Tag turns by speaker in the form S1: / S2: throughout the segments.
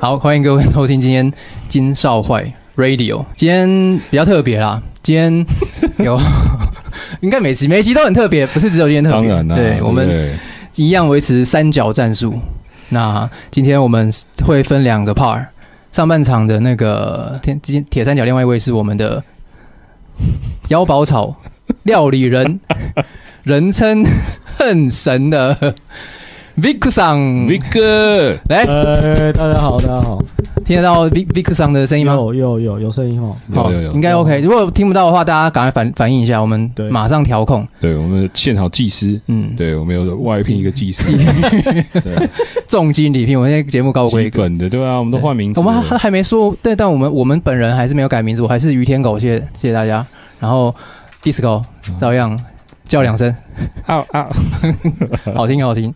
S1: 好，欢迎各位收听今天金少坏 Radio。今天比较特别啦，今天 有应该每集每一集都很特别，不是只有今天特
S2: 当
S1: 别。
S2: 然啦、
S1: 对我们嗯
S2: 对
S1: 一样维持三角战术。那今天我们会分两个 part，上半场的那个天今铁三角，另外一位是我们的腰包草料理 人，人称恨神的 Vic
S2: 不
S1: n
S2: 对 Vic 哥，
S1: 来
S3: 呃，大家好，大家好，
S1: 听得到 Vic Vic 桑的声音吗？
S3: 有有有有声音哦，
S1: 好
S2: 有有，有
S1: 应该 OK。如果听不到的话，大家赶快反反映一下，我们
S3: 对
S1: 马上调控。
S2: 对我们现场技师，
S1: 嗯，
S2: 对我们有外聘一个技师，对，
S1: 重金礼聘，我们现在节目高规
S2: 基
S1: 格。
S2: 本的对啊，我们都换名字
S1: 我
S2: 了，
S1: 们还还还没说，对，但我们我们本人还是没有改名字，我还是于天狗，谢谢谢谢大家。然后 disco
S2: 嗯
S1: 照样叫两声，
S2: 啊啊，
S1: 好听好 听。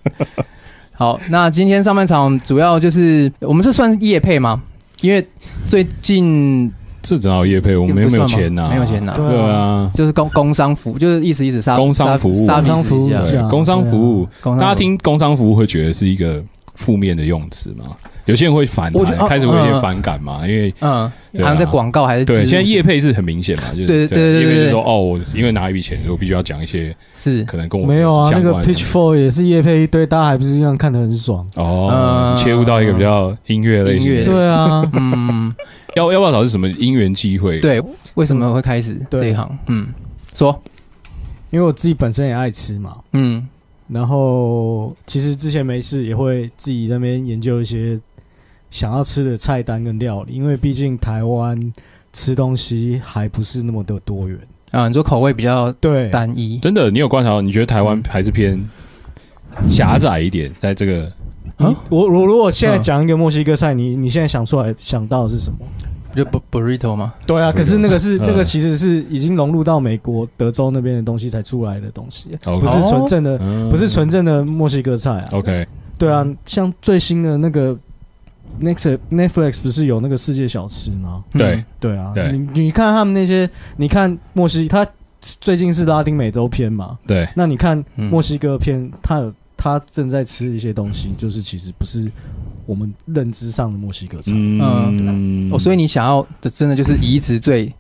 S1: 好，那今天上半场主要就是我们这算夜配吗？因为最近
S2: 这正好业配，我们又没有钱呐、
S1: 没有钱，拿，
S3: 对
S2: 对啊，
S1: 就是工工商服，就是意思意思杀
S2: 工商
S1: 杀
S2: 服务
S1: 杀
S2: 工
S3: 商
S1: 彼此一
S3: 服务
S1: 下
S3: 是啊
S2: 对，工商服务，
S1: 工商服务
S2: 大家听工商服务会觉得是一个负面的用词嘛？有些人会反
S1: 我觉得
S2: 弹，
S1: 哦
S2: 开始会
S1: 嗯
S2: 有点
S1: 嗯
S2: 反感嘛，因为
S1: 嗯，
S2: 对
S1: 好
S2: 啊
S1: 像在广告还是植入
S2: 对，现在
S1: 性
S2: 业配是很明显嘛，就是
S1: 对对对对
S2: 业配就
S1: 对
S2: 是说哦，我因为拿一笔钱，所以我必须要讲一些
S1: 是
S2: 可能跟我
S3: 没有啊，那
S2: 相
S3: 个
S2: 关的
S3: Pitch Four 也是夜配一堆，大家还不是一样看得很爽？
S2: 哦，
S1: 嗯
S2: 切入到一个比较音乐类型
S1: 音乐
S2: 的。
S3: 对啊，
S1: 嗯，
S2: 要要不要找是什么因缘机会？，
S1: 对，为什么会开始
S3: 对
S1: 这一行？嗯，说，
S3: 因为我自己本身也爱吃嘛，
S1: 嗯
S3: 然后其实之前没事也会自己在那边研究一些想要吃的菜单跟料理，因为毕竟台湾吃东西还不是那么的多元。
S1: 啊，你说口味比较
S3: 对，
S1: 单一，
S2: 真的，你有观察到？你觉得台湾还是偏狭窄一点，在这个
S3: 你
S1: 啊
S3: 我我如果现在
S1: 嗯
S3: 讲一个墨西哥菜，你你现在想出来想到的是什么？
S1: 就 bu- burrito 吗？
S3: 对啊，可是那个是
S2: 嗯
S3: 那个其实是已经融入到美国德州那边的东西才出来的东西，啊
S2: 哦
S3: 不是纯正的，
S2: 嗯
S3: 呃
S2: 哦
S3: 不是纯正的墨西哥菜啊。
S2: OK
S3: 对啊，像最新的那个 Next Netflix 不是有那个世界小吃吗？
S1: 嗯
S2: 对，
S3: 对啊，
S2: 对
S3: 你你看他们那些，你看墨西他最近是拉丁美洲片嘛，
S2: 对
S3: 那你看
S1: 嗯
S3: 墨西哥片，他有他正在吃一些东西，就是其实不是我们认知上的墨西哥菜。
S2: 嗯
S1: 哦，所以你想要的真的就是移植最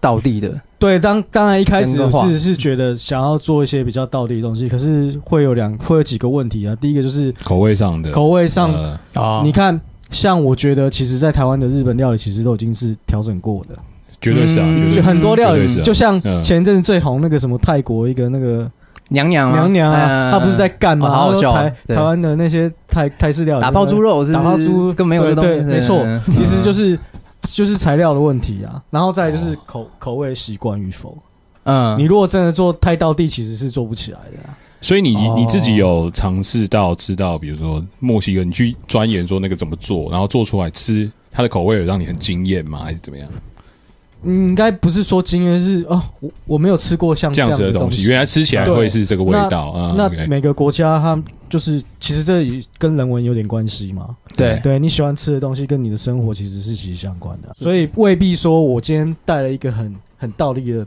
S1: 到地的，
S3: 对，当当然一开始
S1: 人格化
S3: 是是觉得想要做一些比较道地的东西，可是会有两会有几个问题啊。第一个就是
S2: 口味上的
S3: 口味上，
S2: 呃
S1: 哦，
S3: 你看，像我觉得其实，在台湾的日本料理其实都已经是调整过的，
S2: 绝对是啊，
S1: 嗯
S2: 绝对
S3: 就是很多料
S2: 绝
S3: 理
S2: 对是啊，
S3: 就像
S2: 嗯
S3: 前阵子最红那个什么泰国一个那个
S1: 娘娘啊
S3: 娘娘
S1: 嗯
S3: 啊，她不是在干嘛？
S1: 哦好好
S3: 她说
S1: 笑哦
S3: 台
S1: 对
S3: 台湾的那些台台式料理，
S1: 打泡猪肉是不是，
S3: 打泡猪
S1: 跟没有这东西，
S3: 对对没错
S1: 嗯
S3: 其实就是。就是材料的问题啊，然后再来就是
S1: 哦
S3: 口、口味习惯与否。
S1: 嗯，
S2: 啊
S3: 你如果真的做太道地，其实是做不起来的、啊。
S2: 所以你
S1: 哦
S2: 你自己有尝试到知道，比如说墨西哥，你去钻研说那个怎么做，然后做出来吃，它的口味有让你很惊艳吗？还是怎么样？
S3: 嗯，应该不是说今天是哦，我我没有吃过像
S2: 这样
S3: 嗯样
S2: 子的
S3: 东
S2: 东西，原来吃起来
S3: 对
S2: 会是这个味道啊。
S3: 那呃
S2: OK
S3: 每个国家它就是其实这也跟人文有点关系嘛。
S1: 对，
S3: 对你喜欢吃的东西跟你的生活其实是息息相关的，所以未必说我今天带了一个很很道地的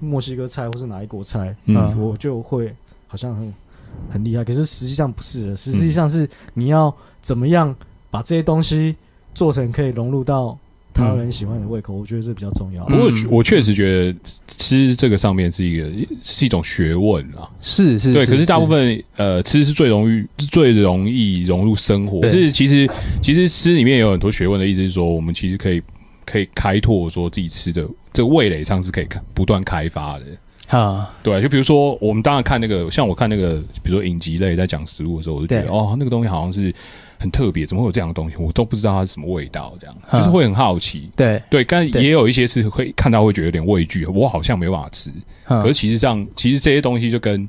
S3: 墨西哥菜或是哪一国菜，
S1: 嗯
S3: 我就会好像很很厉害。可是实际上不是的，嗯实际上是你要怎么样把这些东西做成可以融入到他人喜欢的胃口，我觉得这比较重要。
S2: 不过
S1: 嗯
S2: 我确实觉得吃这个上面是一个是一种学问啊，
S1: 是是，
S2: 对。可是大部分呃吃是最容易最容易融入生活，可
S1: 对
S2: 是其实其实吃里面有很多学问的，意思是说我们其实可以可以开拓说自己吃的这个味蕾上是可以开不断开发的。
S1: 啊，
S2: 对，就比如说，我们当然看那个，像我看那个，比如说影集类在讲食物的时候，我就觉得
S1: 对
S2: 哦，那个东西好像是很特别，怎么会有这样的东西？我都不知道它是什么味道，这样
S1: 嗯
S2: 就是会很好奇。
S1: 对，
S2: 对，但
S1: 对
S2: 也有一些是会看到会觉得有点畏惧，我好像没办法吃。
S1: 嗯
S2: 可是其实上，其实这些东西就跟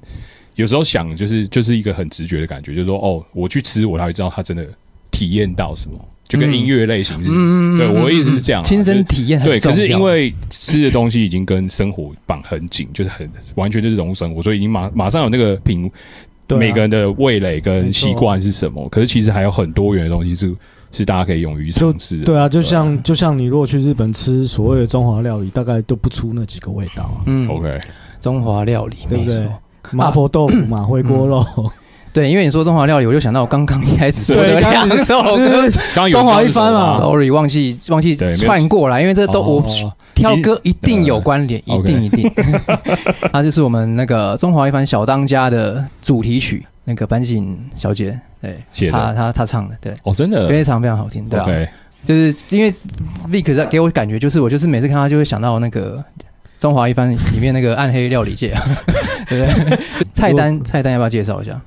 S2: 有时候想，就是就是一个很直觉的感觉，就是说哦，我去吃，我才会知道它真的体验到什么，就跟
S1: 嗯
S2: 音乐类型是。
S1: 嗯
S2: 对我的意思是这样啊
S1: 亲
S2: 就
S1: 身
S2: 是
S1: 体验很
S2: 对，
S1: 重
S2: 可
S1: 要
S2: 是因为吃的东西已经跟生活绑很紧，就是很完全就是融入生活，所以已经马马上有那个品，
S3: 对啊
S2: 每个人的味蕾跟
S3: 没错
S2: 习惯是什么。可是其实还有很多元的东西是是大家可以勇于尝试的。
S3: 对啊，就像就像你如果去日本吃所谓的中华料理，大概都不出那几个味道啊，
S1: 嗯
S2: ，OK，
S1: 中华料理，
S3: 对不
S1: 没
S3: 对
S1: 错，
S3: 嗯麻婆豆腐嘛，回锅肉，
S1: 对，因为你说中华料理，我就想到我刚刚一开始说的
S3: 对刚
S1: 两
S3: 刚
S1: 首歌。
S2: 刚刚有
S3: 中华
S2: 人
S3: 一番啊
S2: 知道是什么吗
S3: 嘛
S1: Sorry，忘记忘记
S2: 对没有
S1: 串过来，因为这都我
S2: 啊哦
S1: 挑歌一定有关联，
S2: 呃
S1: 一定一定。 它就是我们那个《中华一番小当家》的主题曲，那个坂井小姐，
S2: 写
S1: 对，
S2: 的
S1: 她她她唱的，对，
S2: 哦，真的
S1: 非常非常好听，对啊，
S2: OK，
S1: 就是因为 Vic 在给我感觉就是我就是每次看他就会想到那个《中华一番》里面那个暗黑料理界，啊 对不对？菜单菜单要不要介绍一下？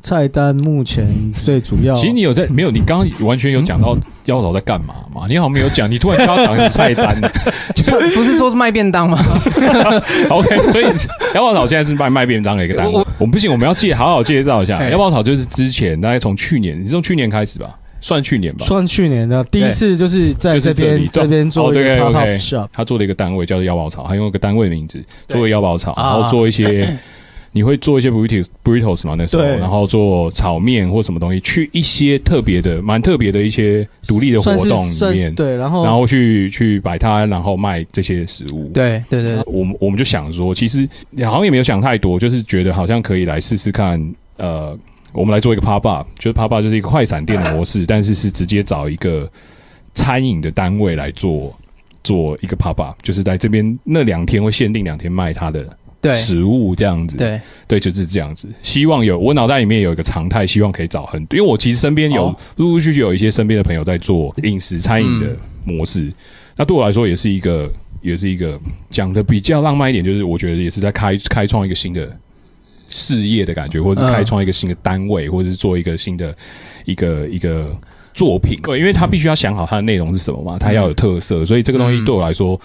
S3: 菜单目前最主要，
S2: 其实你有在没有？你刚刚完全有讲到妖老在干嘛嘛？你好像没有讲，你 突然就要讲你菜单了。
S1: 菜不是说是卖便当吗？
S2: OK，所以妖宝草现在是卖卖便当的一个单位
S1: 我。
S2: 我们不行，我们要介好好介绍一下
S1: 哎
S2: 妖宝草，就是之前大概从去年，你是从去年开始吧，算去年吧。
S3: 算去年的第一次，就是在
S2: 就是
S3: 这
S2: 这里
S3: 边这边
S2: 哦
S3: 做一个
S2: 对
S3: pop up
S2: ，OK
S3: shop，
S2: 他做了一个单位叫做妖宝草，他用一个单位名字
S1: 对
S2: 做个妖宝草，然
S1: 啊
S2: 后做一 些。你会做一些 burritos burritos 嘛？那时候，
S3: 对
S2: 然后做炒面或什么东西，去一些特别的、蛮特别的一些独立的活
S3: 算是
S2: 动里
S3: 算是
S2: 面，
S3: 对，然
S2: 然
S3: 后
S2: 后去去摆摊，然后卖这些食物。
S1: 对对对，对
S2: 我们我们就想说，其实好像也没有想太多，就是觉得好像可以来试试看。呃，我们来做一个 pub up，就是 pub up 就是一个快闪店的模式，但是是直接找一个餐饮的单位来做做一个 pub up，就是在这边那两天会限定两天卖它的
S1: 对
S2: 食物这样子。
S1: 对
S2: 对，就是这样子。希望有我脑袋里面有一个常态，希望可以找很多，因为我其实身边有
S1: 哦
S2: 陆陆续续有一些身边的朋友在做饮食餐饮
S1: 嗯
S2: 的模式，那对我来说也是一个，也是一个讲的比较浪漫一点，就是我觉得也是在开开创一个新的事业的感觉，或者是
S1: 嗯
S2: 开创一个新的单位，或者是做一个新的一个一个。作品，对，因为他必须要想好它的内容是什么嘛，它要有特色，所以这个东西
S1: 嗯
S2: 对我来说，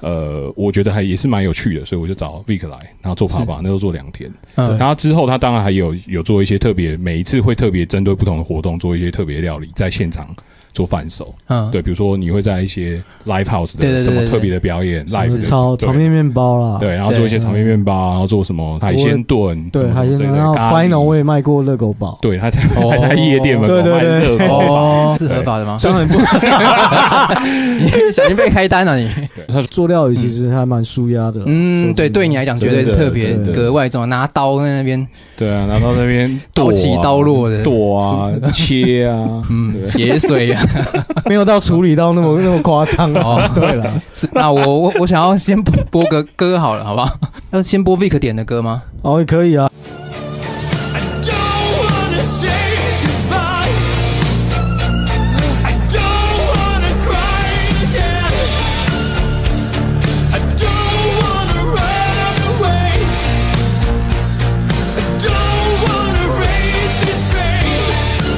S2: 呃，我觉得还也是蛮有趣的，所以我就找 Vic 来，然后做爸爸，那时候做两天，
S1: 嗯
S2: 然后之后他当然还有有做一些特别，每一次会特别针对不同的活动做一些特别料理，在现场做贩售。
S1: 嗯，
S2: 对，比如说你会在一些 live house
S1: 对对
S2: 的
S1: 对
S2: 什么
S1: 对对
S2: 特别的表演
S3: 什
S2: ，live
S3: 么
S2: 的
S3: 炒炒面面包啦，
S2: 对，然后做
S1: 嗯
S2: 一些
S3: 对
S2: 炒面面包，然后做什么海鲜炖，
S3: 对，还有
S2: 这
S3: 然后 final 我也卖过热狗堡，
S2: 对，他在
S1: 哦
S2: 他在夜店门口
S3: 对对
S2: 卖
S3: 对
S2: 热狗
S1: 哦，是合法的吗？
S3: 当然不
S1: 你小心被开单了啊你。
S2: 他
S3: 做料理其实还蛮舒压的，
S1: 嗯，对，对你来讲绝对是特别
S3: 真的真的
S1: 格外重要，拿刀在那边，
S2: 对啊，然后那边剁
S1: 刀起
S2: 啊
S1: 刀落的
S2: 剁啊，切啊，
S1: 嗯，
S2: 对
S1: 血水啊。
S3: 没有到处理到那么那么夸张啊
S1: 哦。
S3: 对了，
S1: 是那我我我想要先播播个歌好了，好不好？ 要先播 Vic 点的歌吗？
S3: 哦，也可以啊，
S4: don't wanna say goodbye. I don't wanna cry again. I don't wanna run away. I don't wanna raise this pain.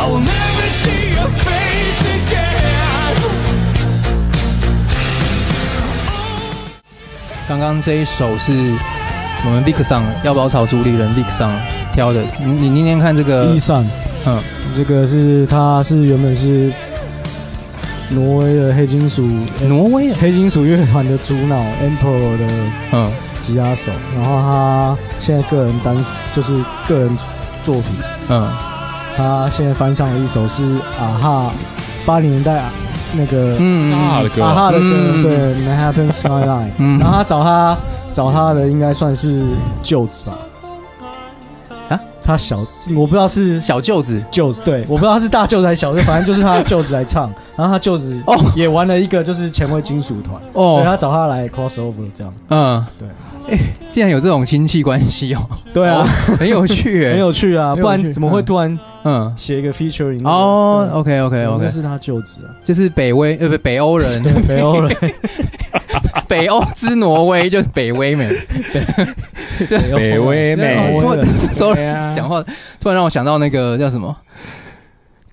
S4: I'll never see your face again.
S1: 刚刚这一首是我们 Vic 上药包草主理人 Vic 上挑的，你你念念看这个
S3: 伊善，
S1: 嗯，
S3: 这个是它是原本是挪威的黑金属
S1: 挪威的，
S3: 黑金属乐团的主脑 Emperor 的
S1: 嗯
S3: 吉他手，然后他现在个人单就是个人作品，
S1: 嗯
S3: 他现在翻唱了一首是啊哈八零年代啊那个
S2: 啊
S1: 嗯
S2: 的
S1: 嗯
S2: 歌
S3: 啊
S2: 啊，
S3: 哈的
S1: 嗯
S3: 歌，对 Manhattan Skyline，然后
S1: 嗯，
S3: 他找他找他的应该算是舅子吧，
S1: 啊，
S3: 他小我不知道是
S1: 小舅子
S3: 舅子，对我不知道他是大舅子还是小舅子，反正就是他的舅子来唱，然后他舅子
S1: 哦
S3: 也玩了一个就是前卫金属团，所
S1: 哦
S3: 以他找他来 crossover 这样，
S1: 嗯
S3: 对，
S1: 哎，竟然有这种亲戚关系哦，
S3: 对啊
S1: 哦。很有趣哎，
S3: 很有趣啊，
S1: 很有趣
S3: 不然怎么会突然
S1: 嗯
S3: 写一个 featuring？那个
S1: 哦
S3: 对
S1: ，OK OK
S3: 那
S1: OK，
S3: 是他舅子啊，
S1: 就是北威呃不北欧人，
S3: 对，北欧 人，
S1: 北欧之挪威 就是北威美。
S2: 北
S1: 对
S2: 威妹
S1: 哦
S3: 北
S1: 突
S3: 欧
S1: 然
S3: 人
S1: sorry，
S2: 对啊
S1: 讲话突然让我想到那个叫什么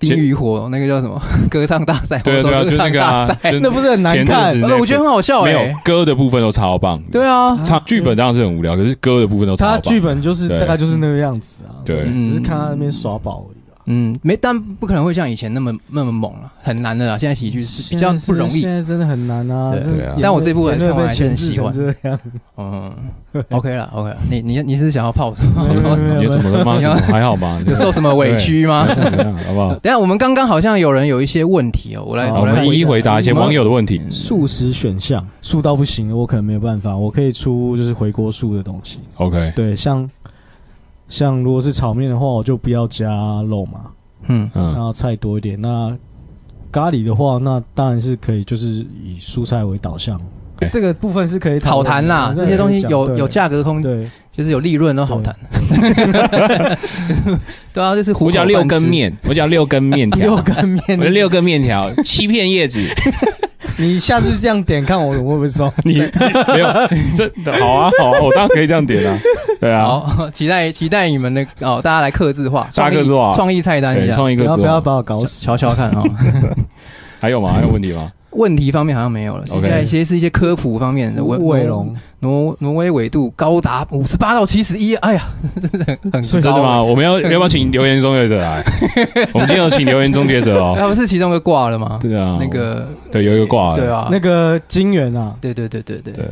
S1: 《冰与火》，那个叫什么歌唱大赛，
S2: 对啊对啊，
S1: 我说
S2: 就
S1: 歌
S2: 是那
S1: 唱
S2: 个
S1: 大
S2: 啊，
S1: 赛，
S2: 就
S3: 那不是很难
S2: 前阵
S3: 看
S2: 子
S1: 呃
S2: 那
S1: 我觉得
S2: 个
S1: 很好笑
S2: 没
S1: 哎
S2: 有，歌的部分都超棒的，
S1: 对啊，
S2: 唱剧本当然是很无聊，可是歌的部分都超
S3: 他
S2: 棒。
S3: 剧本就是
S2: 对
S3: 大概就是那个样子啊，
S2: 对
S3: 只是看他那边耍宝而已啊。
S1: 嗯，没，但不可能会像以前那么那么猛了，很难的啦。现在喜剧是比较不容易
S3: 现，在真的很难啊。
S1: 对
S3: 真的
S2: 对啊
S3: 演
S1: 但我这部分
S3: 演得
S1: 看完
S3: 被
S1: 还是很
S3: 钳制
S1: 喜欢
S3: 成这样，
S1: 嗯，OK 了 OK，啦你你你是想要泡什么
S3: 没有没有没有
S2: 你怎么了吗？
S1: 你
S2: 怎
S1: 要
S2: 么还好吗？
S1: 有受什么委屈吗？
S2: 对？怎么样好不好？
S1: 等一下我们刚刚好像有人有一些问题哦，我来
S3: 好
S2: 好
S1: 我
S2: 我
S1: 来
S2: 们
S1: 回
S2: 一一回答一些
S1: 我们
S2: 网友的问
S1: 嗯
S2: 题。
S3: 素食选项素到不行了，我可能没有办法，我可以出就是回锅素的东西。
S2: OK，
S3: 对，像像如果是炒面的话，我就不要加肉嘛，
S1: 嗯
S3: 然
S2: 嗯
S3: 后菜多一点。那咖喱的话，那当然是可以，就是以蔬菜为导向。
S2: 对
S3: 这个部分是可以
S1: 好谈啦，这些东西有有
S3: 价
S1: 价格空，
S3: 对，
S1: 就是有利润都好谈。 对啊，就是
S2: 我
S1: 胡
S2: 讲六根，面，我讲六根面条，
S3: 六根面，
S2: 我就六根面条，七片叶子，
S3: 你下次这样点看我我会不会收？
S2: 你没有这好啊好啊，我当然可以这样点啊，对啊，
S1: 好， 期待期待你们的哦，大家来克制化，
S2: 大家
S1: 创意
S2: 克制化
S1: 创意菜单一
S2: 对
S1: 下，
S2: 创一
S3: 不
S2: 个
S3: 要
S2: 字
S3: 不要
S2: 哦，
S3: 把我搞死。
S1: 瞧瞧看啊。
S2: 还有吗？还有问题吗？
S1: 问题方面好像没有了，现
S2: OK
S1: 在一些是一些科普方面的。我
S3: 卫龙，
S1: 挪挪威纬度高达五十八到七十一，哎呀， 很高
S2: 真的吗？？我们要要不要请留言终结 者来？我们今天有请留言终结者哦。
S1: 他不是其中一个挂了吗？
S2: 对啊，
S1: 那个
S2: 对有一个挂了，
S1: 对啊，
S3: 那个金元啊，
S1: 对对对对对，
S2: 对，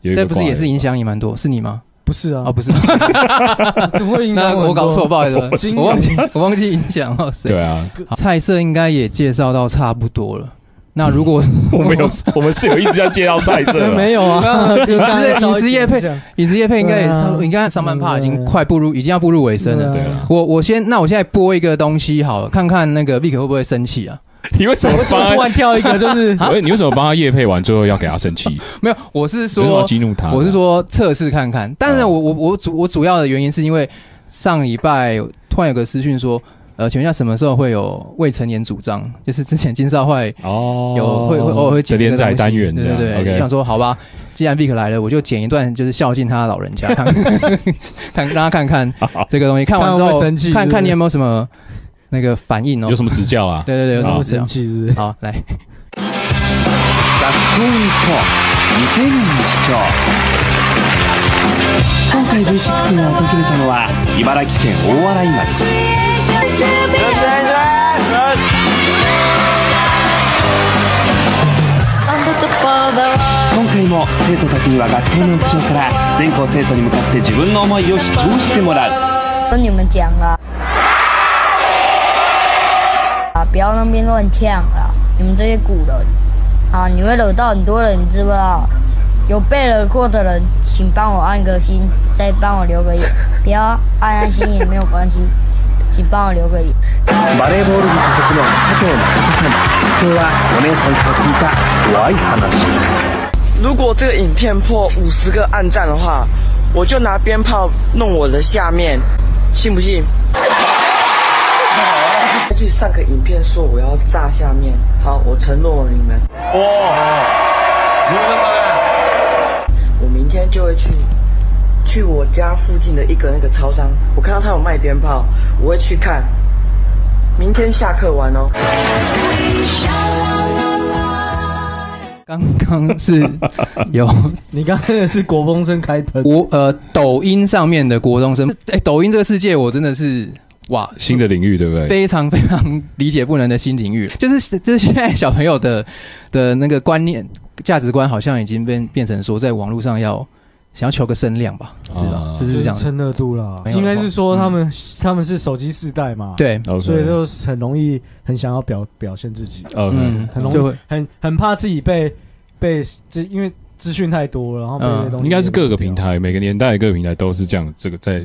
S2: 有一个
S1: 这不是
S2: 挂了
S1: 也是影响你蛮多？是你吗？
S3: 不是啊
S1: 哦，，不是，
S3: 怎么会影响
S1: 啊那
S3: 很
S1: 我
S3: 多
S1: 搞错，不好意思，
S3: 金
S1: 我忘记我忘记影响到谁。
S2: 对 啊，
S1: 好菜色应该也介绍到差不多了。那如果
S2: 我们有 我们是有一直要介绍菜色 的，
S3: 没有啊，
S1: 饮食饮食业配
S3: 这样
S1: 饮食业配应该也
S3: 对啊
S1: 差不多，应该上半趴已经快步入，已经要步入尾声了。
S2: 对啊，
S1: 我我先，那我现在播一个东西好了，看看那个 Vick 会不会生气啊？
S2: 你为什么
S3: 怎么突
S2: 帮
S3: 然跳一个 就是
S2: 他？喂你为什么帮他夜配完最后要给他生气？
S1: 没有，我是
S2: 你为什么要
S1: 说，
S2: 激怒他，
S1: 我是说测试看看。但是
S2: 哦
S1: 我我我主我主要的原因是因为上礼拜突然有个私讯说，呃，请问一下什么时候会有未成年主张？就是之前金少坏
S2: 哦，
S1: 有会会偶尔会剪
S2: 的连载
S1: 这个东西
S2: 单元这
S1: 对
S2: 样，
S1: 对对，
S2: OK
S1: 想说好吧，既然 Vick 来了，我就剪一段，就是孝敬他的老人家，看 看让他看看这个东西，看完之
S3: 看会不
S1: 后
S3: 会生气
S1: 看
S3: 是不是
S1: 看你有没有什么那个反应哦
S2: 有。什么指教啊？
S1: 对对对，有什
S2: 好
S1: 么
S3: 不
S1: 指
S3: 生
S1: 教？
S3: 气是不是？
S1: 好，来，
S5: 学校に行こう2000人視聴今回 V6 が訪れたのは茨城県大洗町今回も生徒たちには学校の屋上から全校生徒に向かって自分の思いを主張してもらう
S6: 跟你们讲了，啊，不要那边乱呛了，你们这些古人，啊，你会惹到很多人，你知不知道？有被惹过的人，请帮我按个心，再帮我留个言，不要按按心也没有关系，请帮我留个言。
S5: バレーボール部所属の佐藤誠様今日はお姉さんから聞いた怖い話
S7: 如果这个影片破五十个暗赞的话，我就拿鞭炮弄我的下面，信不信？去上个影片说我要炸下面，好，我承诺你们，我明天就会去去我家附近的一个那个超商，我看到他有卖鞭炮，我会去看。明天下课玩哦。
S1: 刚刚是有
S3: 你刚刚那个是国风声开喷，
S1: 我呃抖音上面的国中生，哎、抖音这个世界我真的是哇，
S2: 新的领域对不对？
S1: 非常非常理解不能的新领域， 就是就是现在小朋友的的那个观念价值观，好像已经变变成说，在网络上要想要求个声量吧，是吧
S2: 啊？
S1: 这
S3: 就是是
S1: 这样的，
S3: 蹭热度啦。
S1: 没有
S3: 应
S1: 的话
S3: 该是说他们他们是手机世代嘛，，
S1: 对，
S2: OK
S3: 所以就很容易很想要表表现自己，
S1: 嗯
S2: OK，，
S3: 很容易
S1: 就会
S3: 很很怕自己被被这因为资讯太多了，然后被这些
S1: 嗯
S3: 东西
S2: 应该是各个平
S3: 淹没
S2: 台，每个年代各个平台都是这样，这个在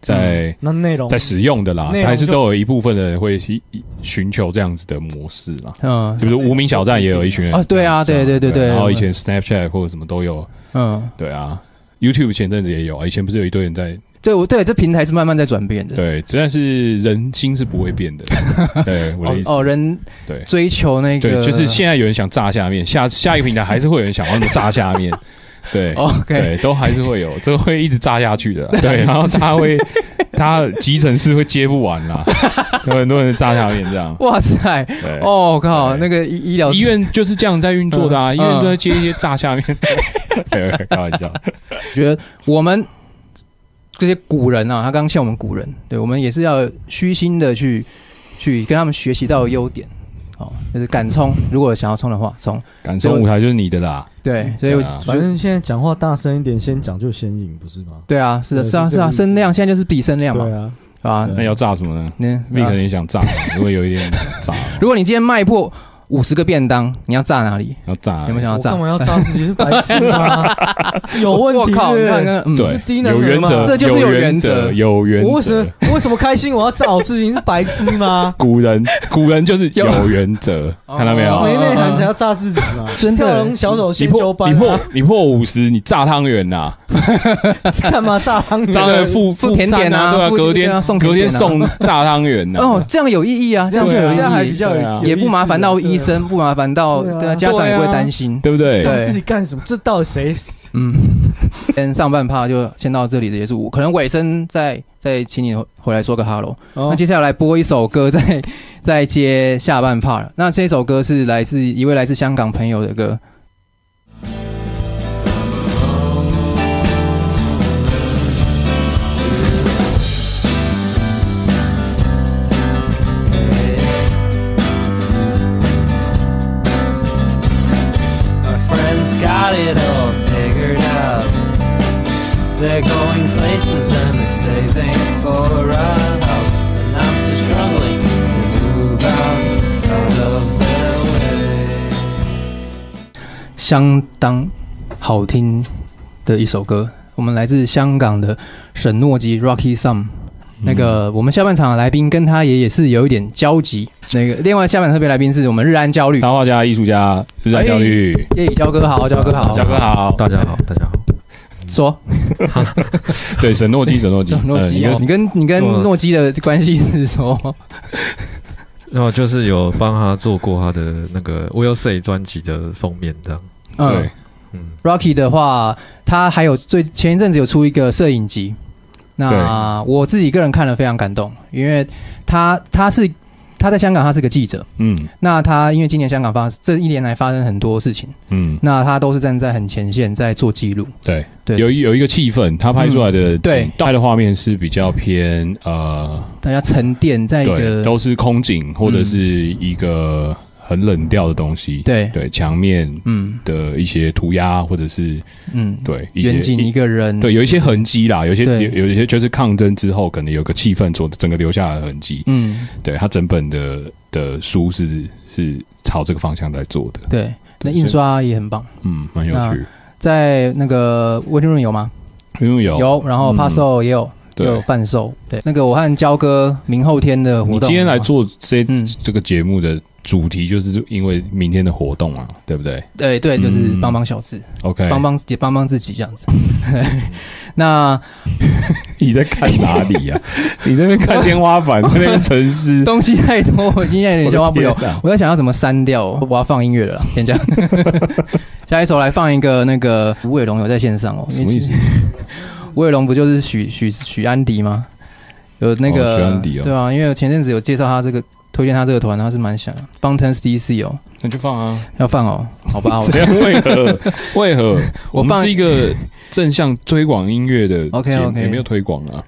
S2: 在
S1: 嗯
S3: 掉。那内容
S2: 在使用的啦，
S3: 内容就
S2: 还是都有一部分的人会去寻求这样子的模式啦。
S1: 嗯
S2: 比如说无名小站也有一群人
S1: 啊对啊
S2: 这样子
S1: 对对对对
S2: 然后以前 Snapchat 或者什么都有，
S1: 嗯，
S2: 对啊，YouTube 前阵子也有啊，以前不是有一堆人在
S1: 对，我对这平台是慢慢在转变的。
S2: 对，但是人心是不会变 的。对我的意
S1: 哦
S2: 思，
S1: 哦，人
S2: 对
S1: 追求那
S2: 对，
S1: 个
S2: 就是现在有人想炸下面，下下一个平台还是会有人想要那么炸 下面，对。
S1: 哦 OK，
S2: 对，都还是会有，这会一直炸下去的。啊 对，然后他会，他集成是会接不完 啦，有很多人炸下面这样。
S1: 哇塞，
S2: 对，
S1: 哦靠，那
S2: 对
S1: 个医医疗
S2: 医院就是这样在运作的啊，
S1: 嗯
S2: 医院都在接一些炸下面。对，开玩笑。
S1: 觉得我们这些古人啊，他刚欠我们古人，对我们也是要虚心的去去跟他们学习到的优点。哦，就是敢冲，如果想要冲的话，冲。
S2: 感受舞台就是你的啦，
S1: 对，所以我
S2: 是啊
S1: 觉
S3: 反
S1: 得
S3: 正现在讲话大声一点，先讲就先赢，不是吗？
S1: 对啊，是的，
S3: 对
S1: 是啊，
S3: 是
S1: 是
S3: 这个
S1: 啊，
S3: 意思
S1: 声量现在就是比声量
S3: 对
S1: 嘛，
S3: 啊，
S1: 啊，
S2: 那要炸什么呢？
S1: 那
S2: 你可
S1: 啊
S2: 能也想炸，如果有一点炸，
S1: 如果你今天卖破五十个便当，你要炸哪里？
S2: 要炸
S1: 有没有想要
S3: 我
S1: 炸
S3: 干？嘛要炸自己？是白痴吗？ 有问
S1: 我
S3: 题是
S1: 靠！
S3: 不
S1: 你
S3: 是
S1: 看看，嗯，
S2: 对
S3: 低，能儿
S2: 有原
S3: 嘛
S2: 则，
S1: 这就是有
S2: 有
S1: 原则
S2: 则，有原则。？
S3: 我为什么我为什么开心？我要炸我自己？你是白痴吗
S2: 古人古人就是有原则，
S1: 有
S2: 看到没有？
S1: 哦
S3: 没内涵才要炸自己嘛！
S1: 真的
S3: 跳龙小手
S2: 你
S3: 先修
S2: 破
S3: 班
S2: 你破
S3: 啊，
S2: 你破五十，你炸汤圆呐，
S3: 干嘛炸汤圆？
S2: 炸汤圆
S1: 附
S2: 付
S1: 甜
S2: 餐
S1: 点啊
S2: 对啊，
S1: 附
S2: 隔
S1: 对啊
S2: 天
S1: 送甜
S2: 隔
S1: 点
S2: 天
S1: 啊
S2: 送炸汤圆呐。
S1: 哦，，这样有意义啊，这样就
S2: 对
S1: 有
S2: 啊
S3: 这样还比
S1: 意义，
S3: 较有
S2: 对啊
S3: 有
S1: 也
S3: 意
S1: 不
S3: 思
S1: 麻烦到医，
S3: 对啊
S1: 生，不麻烦到
S3: 对啊
S1: 对啊，家长也不会担心。
S2: 对不对？
S1: 对
S3: 啊炸自己干什么？这到底谁死？
S1: 嗯，先上半趴就先到这里的结束，可能尾声再再请你回来说个哈喽。那
S3: 哦
S1: 接下来播一首歌，再再接下半 part。那这首歌是来自一位来自香港朋友的歌。
S8: My friends got it all figured out. They're going places and they're saving for a house. And I'm still struggling to move out, out of their way.
S1: 相当好听的一首歌。我们来自香港的沈诺基 Rocky Sam。那个我们下半场的来宾跟他也也是有一点交集。那个另外下半场特别来宾是我们日安焦虑，
S2: 插画家、艺术家、日在教育，
S1: 耶，焦哥好，焦哥好，
S2: 嘉哥好，
S9: 大家好，大家好。
S1: 说
S2: 对，沈诺基，沈诺基，
S1: 诺基
S2: 呃
S1: 哦，
S2: 你
S1: 你
S2: 就
S1: 跟你跟
S9: 我
S1: 诺基的关系是说
S9: 然后就是有帮他做过他的那个《Will Say》专辑的封面，这样。
S1: 嗯
S2: 对，
S9: 嗯，
S1: Rocky 的话，他还有最前一阵子有出一个摄影集，那我自己个人看了非常感动，因为他他是他在香港他是个记者，
S2: 嗯
S1: 那他因为今年香港发这一年来发生很多事情，
S2: 嗯，
S1: 那他都是站在很前线在做记录，
S2: 对，
S1: 对
S2: 有一有一个气氛，他拍出来的
S1: 嗯对
S2: 拍的画面是比较偏呃，
S1: 大家沉淀在一
S2: 对，
S1: 个嗯
S2: 都是空景或者是一个很冷调的东西，
S1: 对
S2: 对，墙面
S1: 嗯
S2: 的一些涂鸦或者是
S1: 嗯
S2: 对一些
S1: 远景一个人，
S2: 对，有一些痕迹啦，有些
S1: 对
S2: 有有一些就是抗争之后可能有个气氛所整个留下来的痕迹，
S1: 嗯
S2: 对，他整本的的书是是朝这个方向在做的，
S1: 对，那
S2: 对
S1: 印刷也很棒，
S2: 嗯，蛮有趣，
S1: 在那个温润有吗？
S2: 因为有
S1: 有，然后
S2: 嗯
S1: Passo 也有。
S2: 对
S1: 有贩售，对，那个我和焦哥明后天的活
S2: 你
S1: 动，
S2: 今天来
S1: 好吗
S2: 做这、
S1: 嗯
S2: 这个节目的主题，就是因为明天的活动啊，对不对
S1: 对对，就是
S2: 嗯
S1: 帮帮小智，
S2: ？OK，
S1: 帮帮也帮帮自己这样子。 对那
S2: 你在看哪 里呀、啊？你在那边看天花板，那边沉思。
S1: 东西太多，我今天有点消化不了
S2: 我的天啊。
S1: 我在想要怎么删掉，我要放音乐了啦，先这样。 下一首来放一个那个吴伟龙有在线上哦，
S2: 什么意思？
S1: 吴伟龙不就是许许许安迪吗？有那个、
S2: 哦许安迪哦
S1: 对啊，因为我前阵子有介绍他这个，推荐他这个团，他是蛮想 b o n t o n s DC 哦，
S2: 那就放啊！
S1: 要放哦，好吧，我
S2: 这样为何？为何？
S1: 我
S2: 我们
S1: 放
S2: 是一个正向推广音乐的
S1: OK，OK
S2: 节目也没有推广啊。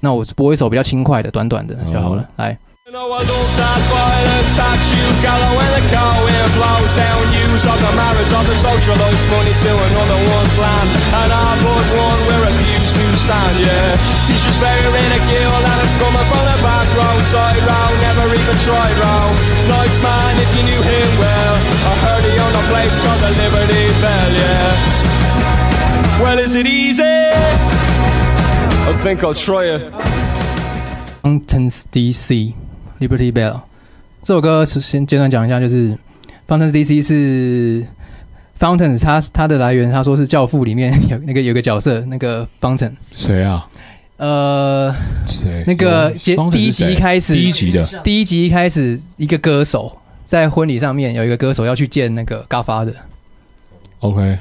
S1: 那我播一首比较轻快的、短短的
S2: 哦
S1: 就好了
S2: 好。
S1: 来，
S4: No, I love that violence, that you gallow in the car where blows down news of the marriage of the socialist money to another one's land. And our blood one we refuse to stand, yeah. He's just wearing a gill and it's coming from the back row, side row, never even tried row. Nice man if you knew him well. I heard he on a place called the Liberty Bell, yeah. Well, is it easy? I think I'll try it.
S1: Fountains DC Liberty Bell 这首歌是先简短讲一下，就是 Fountains DC 是 Fountains 它它的来源，他说是《教父》里面 有那个有个角色那个 Fountain，
S2: 谁啊？
S1: 呃，
S2: 谁？
S1: 那个
S2: 有
S1: 节
S2: 方程
S1: 第一
S2: 是
S1: 集
S2: 谁
S1: 开始，
S2: 第一集的
S1: 第一集一开始一个歌手在婚礼上面有一个歌手要去见那个 g a f a 的，
S2: OK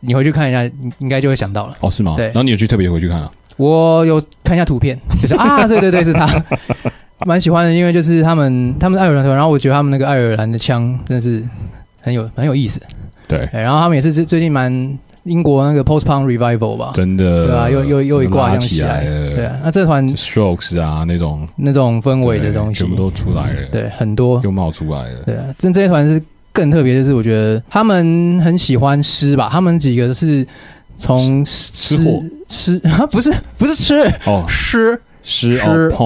S1: 你回去看一下，你应该就会想到了。
S2: 哦，是吗？
S1: 对
S2: 然后你有去特别回去看啊？
S1: 我有看一下图片， 就是啊，对对对， 是他，蛮喜欢的，因为就是他们他们是爱尔兰团，然后我觉得他们那个爱尔兰的腔真的是很有很有意思，
S2: 对，
S1: 对，然后他们也是最最近蛮英国那个 post punk revival 吧，
S2: 真的。
S1: 对啊，又又又一
S2: 整个
S1: 挂
S2: 拉
S1: 这样
S2: 起
S1: 起来，
S2: 了
S1: 对啊，那这团
S2: Strokes 啊那种
S1: 那种氛围的
S2: 对
S1: 东西
S2: 全，部都出来了，，
S1: 对，很多，
S2: 又冒出来了。
S1: 对啊，这这些团是更特别，就是我觉得他们很喜欢诗吧，他们几个是从
S2: 吃
S1: 吃
S2: 货
S1: 吃 啊，不是不是吃
S2: 哦，
S1: 诗。
S2: 诗
S1: 诗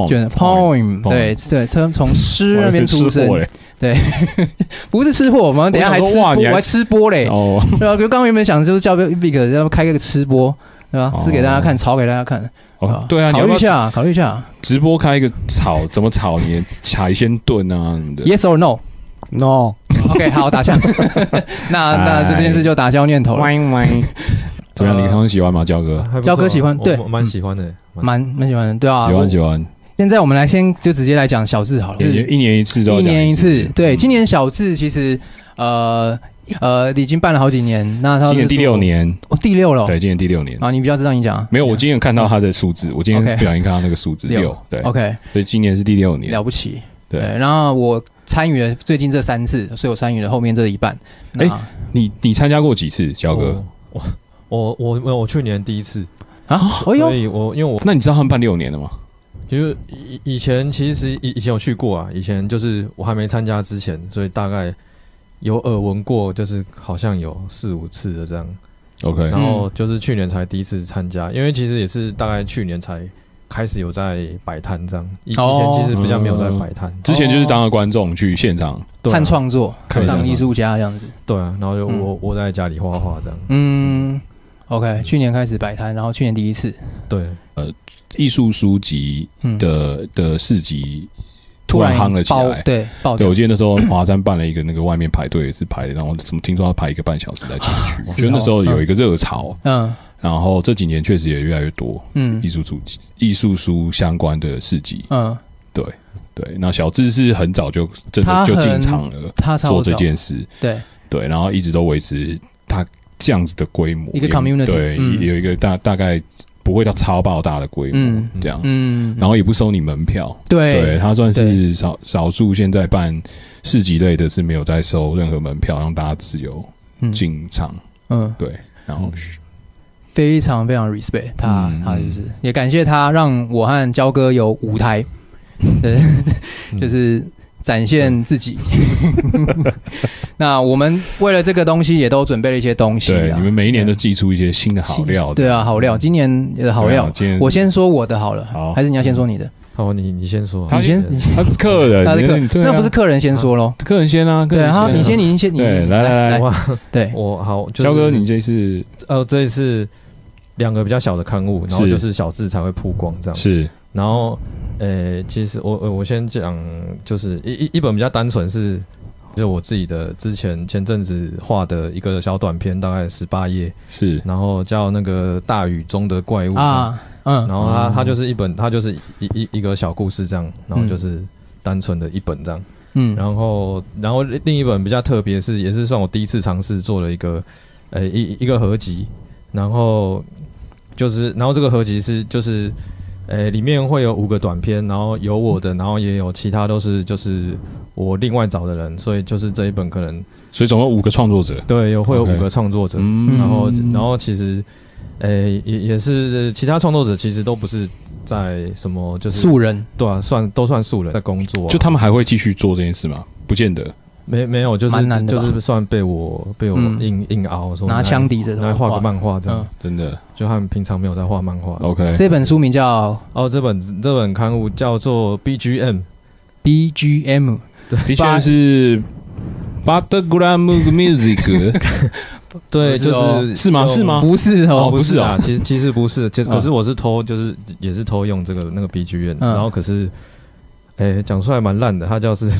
S1: 卷
S2: poem
S1: poem，对对，从从诗那边出
S2: 哦我还以为是吃
S1: 生
S2: 货，嘞
S1: 对，不是吃货，我们等一下还吃
S2: 我想说哇
S1: 播，
S2: 你还
S1: 我还吃播嘞，
S2: 哦，
S1: 对吧、啊？就刚刚原本想就是叫 Big 要开个吃播，对吧、
S2: 哦
S1: 吃给大家看，炒给大家看，
S2: 哦，对啊，你
S1: 考
S2: 要不
S1: 虑一
S2: 要
S1: 下，考虑一下
S2: 直播开一个炒怎么炒你的海鲜炖啊什么的？
S1: ，Yes or No？
S3: No，
S1: OK，好，打 消。那那这件事就打消念
S3: 哦
S1: 头
S2: 哎
S1: 了。
S2: 怎么样？
S1: 呃
S2: 你刚刚喜欢吗，焦哥？
S9: 还不错啊
S1: 焦哥喜欢
S9: 我
S1: 对嗯
S9: 我蛮喜欢的，蛮
S1: 蛮蛮喜欢的，对啊
S2: 喜。欢喜欢，
S1: 现在我们来先就直接来讲小智好了，
S2: 一一年一次都要
S1: 一
S2: 讲
S1: 年一
S2: 一
S1: 次。对，
S2: 嗯
S1: 今年小智其实呃呃已经办了好几年，那他是
S2: 今年第
S1: 做
S2: 六，年，
S1: 哦第六了。
S2: 对，今年第六年。
S1: 啊，你比较知道，你讲啊
S2: 没有，我今天有看到他的数字，我今天
S1: OK
S2: 不小心看到那个数字
S1: 六
S2: 六，对，
S1: OK
S2: 所以今年是第六年
S1: 了。不起。
S2: 对，
S1: 然后我参与了最近这三次，所以我参与了后面这一半。那啊
S2: 哎你你参加过几次，焦
S1: 哦
S2: 哥？。
S9: 我哦我我我我去年第一次，
S1: 啊，
S2: 哦
S1: 哎
S9: 所
S1: 呦，
S9: 以我因为我
S2: 那你知道他们办六年了吗？
S9: 其实以以前其实以以前有去过啊，以前就是我还没参加之前，所以大概有耳闻过，就是好像有四五次的这样。
S2: OK，
S9: 然后
S1: 嗯
S9: 就是去年才第一次参加，因为其实也是大概去年才开始有在摆摊这样，以以
S1: 哦嗯
S9: 前其实比较没有在摆摊，
S2: 之前就是当个观众去现场，
S9: 对啊
S1: 看哦创作，
S9: 看
S1: 当
S9: 创
S1: 艺术家这样子。
S9: 对啊，然后就
S1: 嗯
S9: 我我在家里画画这样，
S1: 嗯，OK，去年开始摆摊，然后去年第一次，
S9: 对，
S2: 艺术书籍
S1: 嗯，
S2: 的的市集
S1: 突
S2: 突然夯了
S1: 然
S2: 起
S1: 爆，
S2: 来。
S1: 对，爆
S2: 对，
S1: 掉
S2: 我。记得那时候华山办了一个那个外面排队也是排的，然后怎么听说要排一个半小时才进去？我觉得那时候有一个热潮，
S1: 哦嗯
S2: 然后这几年确实也越来越多
S1: 嗯
S2: 艺术书籍、艺术书相关的市集。
S1: 嗯，
S2: 对，那小智是很早就真
S1: 他
S2: 的
S1: 很
S2: 就进场了
S1: 他超
S2: 做这
S1: 早
S2: 件事，
S1: 对，
S2: 对，然后一直都维持他这样子的规模，
S1: 一个
S2: 也
S1: community，
S2: 对，
S1: 嗯
S2: 有一个大大概不会到超爆大的规模
S1: 嗯
S2: 这样，
S1: 嗯，
S2: 然后也不收你门票，对
S1: 对，
S2: 他算
S1: 对
S2: 是少少数现在办市集类的是没有在收任何门票，让大家自由
S1: 嗯
S2: 进场。
S1: 嗯，
S2: 对，然后
S1: 非常非常 respect 他，
S2: 嗯
S1: 他就是也感谢他让我和焦哥有舞 台，对，
S2: 嗯
S1: 就是展现自 己。那我们为了这个东西也都准备了一些东西
S2: 对
S1: 啦
S2: 你们每一年都寄出一些新的好料，
S1: 对啊，好料，今年的好料
S2: 对啊今年，
S1: 我先说我的好了，
S2: 好嗯
S1: 还是你要先说你的？
S9: 好，你你先说啊，
S2: 他
S1: 你先，
S9: 对
S1: 你
S2: 他是客人，
S1: 他的客
S2: 你，对啊
S1: 那不是客人先说喽？
S2: 客人先啊，客
S1: 对，
S2: 人
S1: 然后
S2: 先啊
S1: 你先，你先，你
S2: 对来来来
S9: 哇，
S1: 对，
S9: 我好，就是
S2: 焦哥，你这次
S9: 呃这一次两个比较小的刊物，然后
S2: 是
S9: 就是小字才会曝光
S1: 嗯
S9: 这样，
S2: 是
S9: 然后，呃，其实我我我先讲，就是一一一本比较单纯是，就是我自己的之前前阵子画的一个小短片，大概十八页，
S2: 是
S9: 然后叫那个大雨中的怪物
S1: 啊，嗯
S9: 然后它
S2: 嗯
S9: 它就是一本，它就是一一一个小故事这样，然后
S1: 嗯
S9: 就是单纯的一本这样，
S1: 嗯，
S9: 然后然后另一本比较特别是，也是算我第一次尝试做了一个，呃一一个合集，然后就是然后这个合集是就是，呃里面会有五个短片，然后有我的，然后也有其他都是就是我另外找的人，所以就是这一本可能
S2: 所以总共五个创作者，
S9: 对有会有
S2: OK
S9: 五个创作者，
S2: 嗯
S9: 然后然后其实，呃也也是其他创作者其实都不是在什么就是
S1: 素人，
S9: 对啊算都算素人在工作啊、
S2: 就他们还会继续做这件事吗？不见得，
S9: 没没有，就
S1: 蛮
S9: 是
S1: 难的
S9: 就
S1: 吧
S9: 是算被我被我
S1: 嗯
S9: 硬、硬熬说
S1: 拿枪抵着
S9: 来
S1: 头
S9: 画个漫画这样，
S1: 嗯
S2: 真的
S9: 就他们平常没有在画漫画。
S2: OK。
S1: 这本书名叫
S9: 哦，这本这本刊物叫做 BGM，
S1: BGM
S2: 的确是 Battlegram Music
S9: 对，
S1: 不是
S9: 就
S1: 哦
S9: 是
S2: 是吗
S9: 用
S2: 是吗
S1: 不是
S9: 哦，
S1: 哦，
S9: 不是啊，
S2: 啊不
S9: 其实其实不是，其实
S2: 啊
S9: 可是我是偷，就是也是偷用这个那个 BGM，、
S1: 嗯
S9: 然后可是，哎，讲出来蛮烂的，它叫是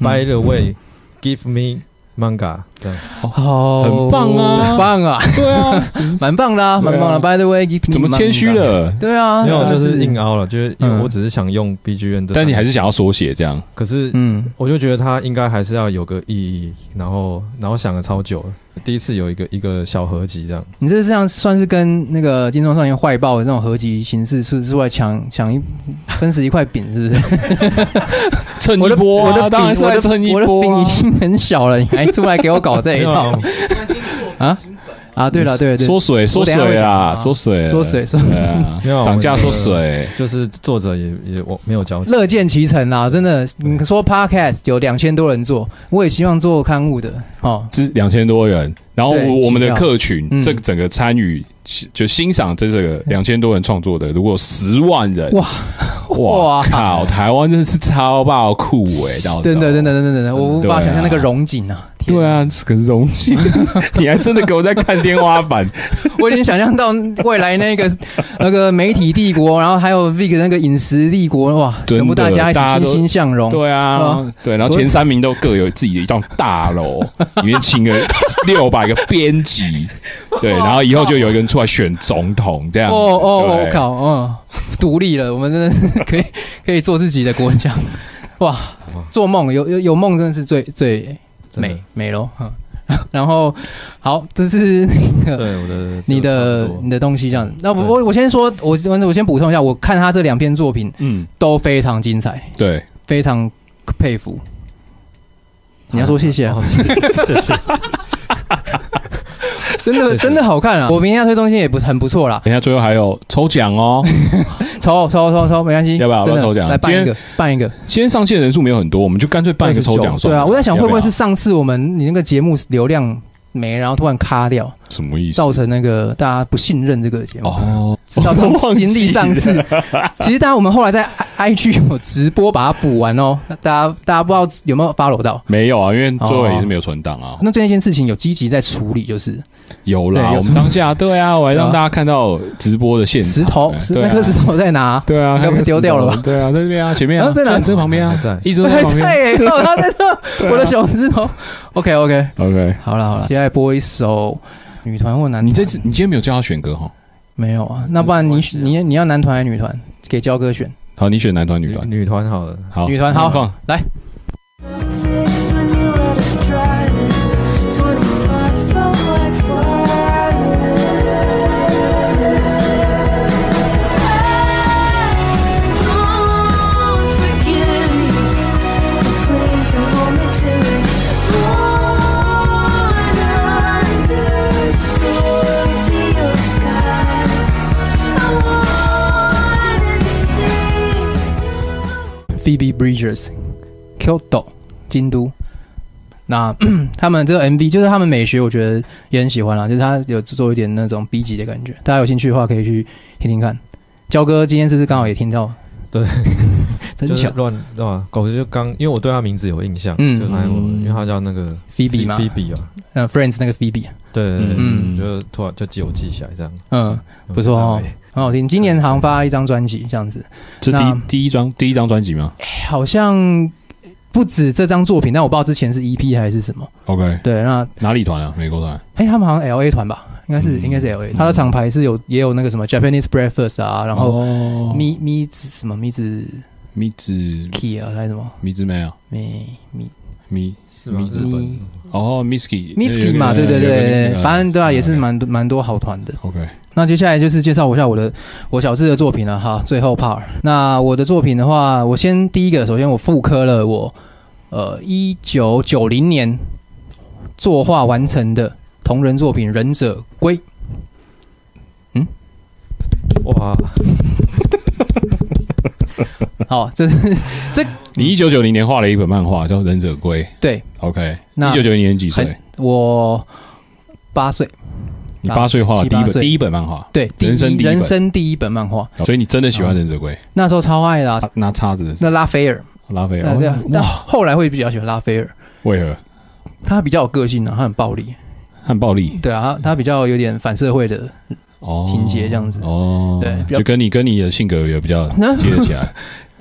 S9: By the way，give me manga 这样，
S1: 哦好，
S2: 很棒啊
S1: 很棒 啊，
S2: 对啊，
S1: 蛮棒的啊，
S2: 对啊
S1: 蛮棒的。By the way，give me
S2: 怎么谦虚
S1: manga？
S2: 了？
S1: 对啊，
S9: 没有
S1: 真的
S9: 就是硬凹了，就是因为
S1: 嗯
S9: 我只是想用 BGM，这
S2: 但你还
S9: 是
S2: 是想要缩写这样，
S9: 可是
S1: 嗯
S9: 我就觉得他应该还是要有个意义，然后然后想了超久了，第一次有一个一个小合集这样，
S1: 你这像算是跟那个《金钟少年坏报》的那种合集形式是是来抢抢一分食一块饼，是不 是？
S2: 蹭
S1: 我
S2: 一
S1: 的
S2: 波
S1: 我
S2: 啊，
S1: 的
S2: 当然
S1: 饼
S2: 是
S1: 我
S2: 在
S1: 的
S2: 蹭一
S1: 我的
S2: 波
S1: 饼
S2: 啊
S1: 已。经很小了，你还出来给我搞这一 套
S9: 没
S1: 啊啊！对了对了对了
S2: 缩，水，缩
S1: 我等一下
S2: 水
S1: 会讲
S2: 啊，
S1: 啊
S2: 缩水，
S1: 缩水缩水
S2: 对啊
S9: 没有，
S2: 涨价缩水，
S9: 就是作者也也我没有交集，
S1: 乐见其成啊啦！真的，你说 Podcast 有两千多人做，我也希望做刊物的哦。
S2: 这两千多人。然后
S1: 对
S2: 我我们的
S1: 奇妙
S2: 客群，
S1: 嗯
S2: 这个整个参与就欣赏这这个两千多人创作的，如果有十万人，
S1: 哇
S2: 哇
S1: 哇
S2: 靠，台湾真的是超爆酷哎、到
S1: 真的真的真的真的，我无
S2: 对啊
S1: 法想象那个荣景啊！ 天
S2: 对，啊，这个荣 幸，你还真的给我在看天花板，
S1: 我已经想象到未来那个那个媒体帝国，然后还有 Vic 那个饮食帝国，哇，
S2: 真的
S1: 全部大家一起
S2: 大家都
S1: 欣欣向荣。
S2: 对啊
S1: 啊，
S2: 对，然后前三名都各有自己的一栋大楼，里面请了六百个编辑， 对，然后以后就有一个人出来选总统这样
S1: 哦
S2: 子。
S1: 哦，
S2: 对
S1: 我，靠，嗯，独立了，我们真的 是可以可以做自己的国家，哇，做梦有有有梦真的是最最
S9: 真的
S1: 美美喽。嗯 然后好，这是那个
S9: 对我的
S1: 你的
S9: 就差不多
S1: 你的东西这样子。那我
S9: 对
S1: 我我先说，我我先补充一下，我看他这两篇作品
S2: 嗯，
S1: 都非常精彩，
S2: 对，
S1: 非常佩服。你要说谢谢啊
S9: 哦，谢 谢，
S1: 真的真的好看啊！我明天要推中心也不很不错啦，
S2: 等一下最后还有抽奖哦。
S1: 抽抽抽抽，没关系，
S2: 要不要
S1: 真的
S2: 要不要抽奖
S1: 来办一
S2: 今
S1: 个，办一个，
S2: 今天上线人数没有很多，我们就干脆办一个抽奖
S1: 29
S2: 算
S1: 对
S2: 了。
S1: 啊，我在想
S2: 要
S1: 会
S2: 要
S1: 不会是上次我们你那个节目流量没，然后突然卡 掉，
S2: 什么意思？
S1: 造成那个大家不信任这个节目。
S2: 哦，
S1: 直到上
S2: 我忘
S1: 次
S2: 记
S1: 经历上次， 其实大家我们后来在 I G 有直播把它补完哦，大家大家不知道有没有 follow 到？
S2: 没有啊，因为最后也是没有存档啊。
S1: 哦那这件事情有积极在处理，就是
S2: 有啦，
S1: 对有
S2: 我们当下对啊，我还让大家看到直播的现场
S1: 石头，
S2: 哎
S1: 石
S2: 对啊
S1: 那颗石头在哪？
S2: 对啊，
S1: 该不会丢掉了吧
S2: 对啊，在这边啊，前面啊，
S1: 啊在哪
S2: 这旁边啊，
S9: 还在
S2: 一直都在
S1: 还
S2: 旁边。啊
S1: 在耶， 哦他在这，我的小石头。OK OK，
S2: OK，
S1: 好了好了，接下来播一首女团或男团。
S2: 你这次你今天没有叫他选歌哈？
S1: 没有啊？那不然你选你你要男团还是女团？给焦哥选。
S2: 好，你选男团女团，
S9: 女团好了，
S2: 好，
S1: 嗯女团好
S2: 放
S1: 来，Phoebe Bridgers Kyoto 京都。那 他们这个 MV 就是他们美学，我觉得也很喜欢啦，就是他有做一点那种 B 级的感觉。大家有兴趣的话，可以去听听看。焦哥今天是不是刚好也听到？
S9: 对，
S1: 真
S9: 就是
S1: 巧
S9: 乱乱狗就刚，因为我对他名字有印象，
S1: 嗯
S9: 就来我，
S2: 嗯
S9: 因为他叫那个
S1: ，Phoebe 嘛，
S9: 菲比啊，
S1: 嗯，Friends 那个 Phoebe，
S9: 对对对，
S1: 嗯
S9: 就突然就记我记起来这样，
S1: 嗯，不错哦，
S9: 欸
S1: 很好听。今年好像发一张专辑这样子，
S2: 这第
S1: 那
S2: 一第一张第一张专辑吗
S1: 好像不止这张作品，但我不知道之前是 EP 还是什么。
S2: ？OK，
S1: 对，那
S2: 哪里团啊？美国团？
S1: 哎、他们好像 L A 团吧，应该是、
S2: 嗯
S1: 应该是 L A，
S2: 嗯
S1: 他的厂牌是有也有那个什么 Japanese Breakfast 啊，然
S2: 哦
S1: 后
S2: 后
S1: 咪咪子什么咪子
S2: 米子
S1: Key 啊还是什么
S2: 米子妹啊，
S1: 咪咪
S2: 米
S9: 是吗？
S2: 米
S9: 日本
S1: 咪
S2: 哦，Misky
S1: Misky 嘛，对对对对，反正对啊，也是蛮多蛮多好团的。
S2: OK。
S1: 那接下来就是介绍一下我的我小智的作品了哈，最后 part。那我的作品的话，我先第一个，首先我复刻了我呃一九九零年作画完成的同人作品《忍者龟》。
S9: 哇，
S1: 好，这是
S2: 你一九九零年画了一本漫画叫《忍者龟》
S1: 对
S2: ，OK。
S1: 那
S2: 一九九零年几岁
S1: 很？我八岁，
S2: 你八岁画
S1: 七
S2: 的第一
S1: 八
S2: 本
S1: 岁
S2: 第一本漫画，
S1: 对，第一
S2: 人生第一本
S1: 人生第一本漫画，
S2: 所以你真的喜欢忍者龟？
S1: 那时候超爱的、啊。
S2: 拿叉子的是
S1: 那拉斐尔，
S2: 拉菲
S1: 对对啊
S2: 尔，，
S1: 但
S2: 哇，
S1: 后来会比较喜欢拉斐尔，
S2: 为何？
S1: 他比较有个性啊，他很暴力，
S2: 很暴力
S1: 对啊，他他比较有点反社会的
S2: 哦，
S1: 情节这样子
S2: 哦，
S1: 对比较
S2: 就跟你跟你的性格也比较
S1: 那
S2: 接得起来。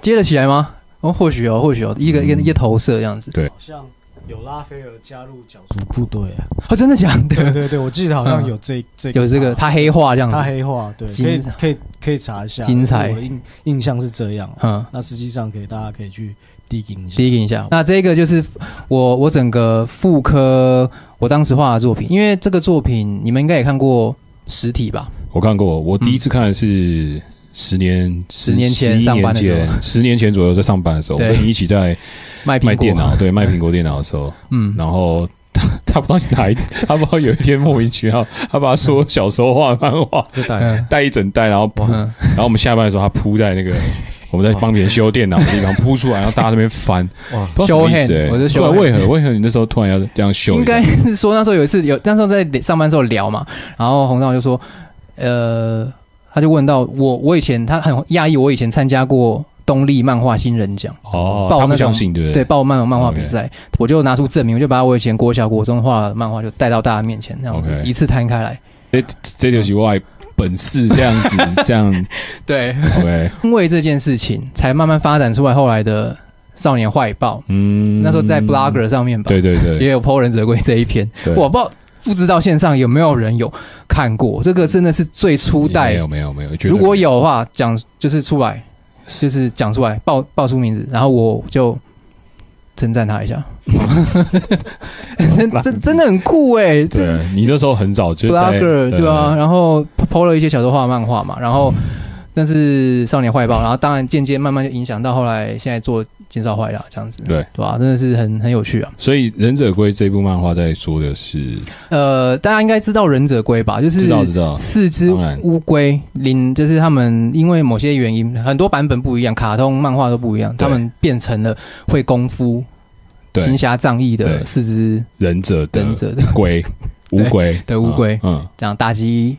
S1: 接得起来吗？哦，或许哦，或许哦，一
S3: 嗯
S1: 个一个一个投射这样子。
S3: 好像有拉斐尔加入角逐部队啊。
S1: 哦，真的假
S3: 对
S1: 的？
S3: 对对，我记得好像有这
S1: 嗯
S3: 这啊
S1: 有这个
S3: 他
S1: 他黑化这样
S3: 他
S1: 子，
S3: 黑化，对，
S1: 嗯精
S3: 可以可以可以查一下。
S1: 精彩
S3: 但是我印印象是这样啊，
S1: 嗯，
S3: 那实际上可以大家可以去 digging 一下。
S1: 第一个印象。那这个就是我我整个妇科我当时画的作品，因为这个作品你们应该也看过实体吧？
S2: 我看过，我第一次看的是十年十
S1: 年前
S2: 11
S1: 上班的时候
S2: 年前十年前左右在上班的时候，我
S1: 对
S2: 跟你一起在
S1: 卖苹
S2: 卖
S1: 果
S2: 电，脑，对，卖苹果电脑的时候，
S1: 嗯，
S2: 然后。他 他不知道哪一，他不知道有一天莫名其妙，他把他说我小时候画的漫画
S9: 就带
S1: 嗯
S2: 带一整袋，然后铺，
S1: 嗯
S2: 然后我们下班的时候，他铺在 那个我们在帮别人修电脑的地方铺出来，然后大家这边翻，
S9: 哇
S2: 不知道什么意思
S1: 修 hand，
S2: 欸
S1: 我就修
S2: 对啊
S1: hand
S2: 为何为何你那时候突然要这样修一下？
S1: 应该是说那时候有一次有那时候在上班的时候聊嘛，然后洪道就说，呃，他就问到我，我以前他很讶异，我以前参加过东立漫画新人奖，
S2: 哦，
S1: 报
S2: 他不
S1: 那种
S2: 相信对不
S1: 对
S2: 对？
S1: 报漫漫画比赛，我就拿出证明，我就把我以前国小国中画的漫画就带到大家面前，这样子
S2: OK
S1: 一次摊开来。
S2: 对，这这就是我的本事这样 子，这样
S1: 对，
S2: OK，
S1: 因为这件事情才慢慢发展出来后来的少年坏报，
S2: 嗯，
S1: 那时候在 Blogger 上面吧，
S2: 对对对，
S1: 也有 Po 忍者龟这一篇，
S2: 对
S1: 我不知道不知道线上有没有人有看过，这个真的是最初代
S2: 没有没有没有，绝对
S1: 如果
S2: 没
S1: 有的话，讲就是出来，就是讲出来，报报出名字，然后我就称赞他一下。真真的很酷哎、这
S2: 对，啊你那时候很早就在
S1: blogger 对啊，，然后 PO 了一些小说画、漫画嘛，然后但是少年坏报，然后当然间接慢慢就影响到后来现在做介绍坏啦这样子，
S2: 对
S1: 对吧、真的是很很有趣啊。
S2: 所以《忍者龟》这部漫画在说的是，
S1: 呃，大家应该知道忍者龟吧？就是
S2: 知道知道
S1: 四只
S2: 当然
S1: 乌龟领，就是他们因为某些原因，很多版本不一样，卡通、漫画都不一样，
S2: 对
S1: 他们变成了会功夫、
S2: 对
S1: 行侠仗义的
S2: 对
S1: 四只
S2: 忍者的
S1: 忍者的
S2: 龟，乌龟
S1: 对乌龟
S2: 嗯，嗯
S1: 这样打击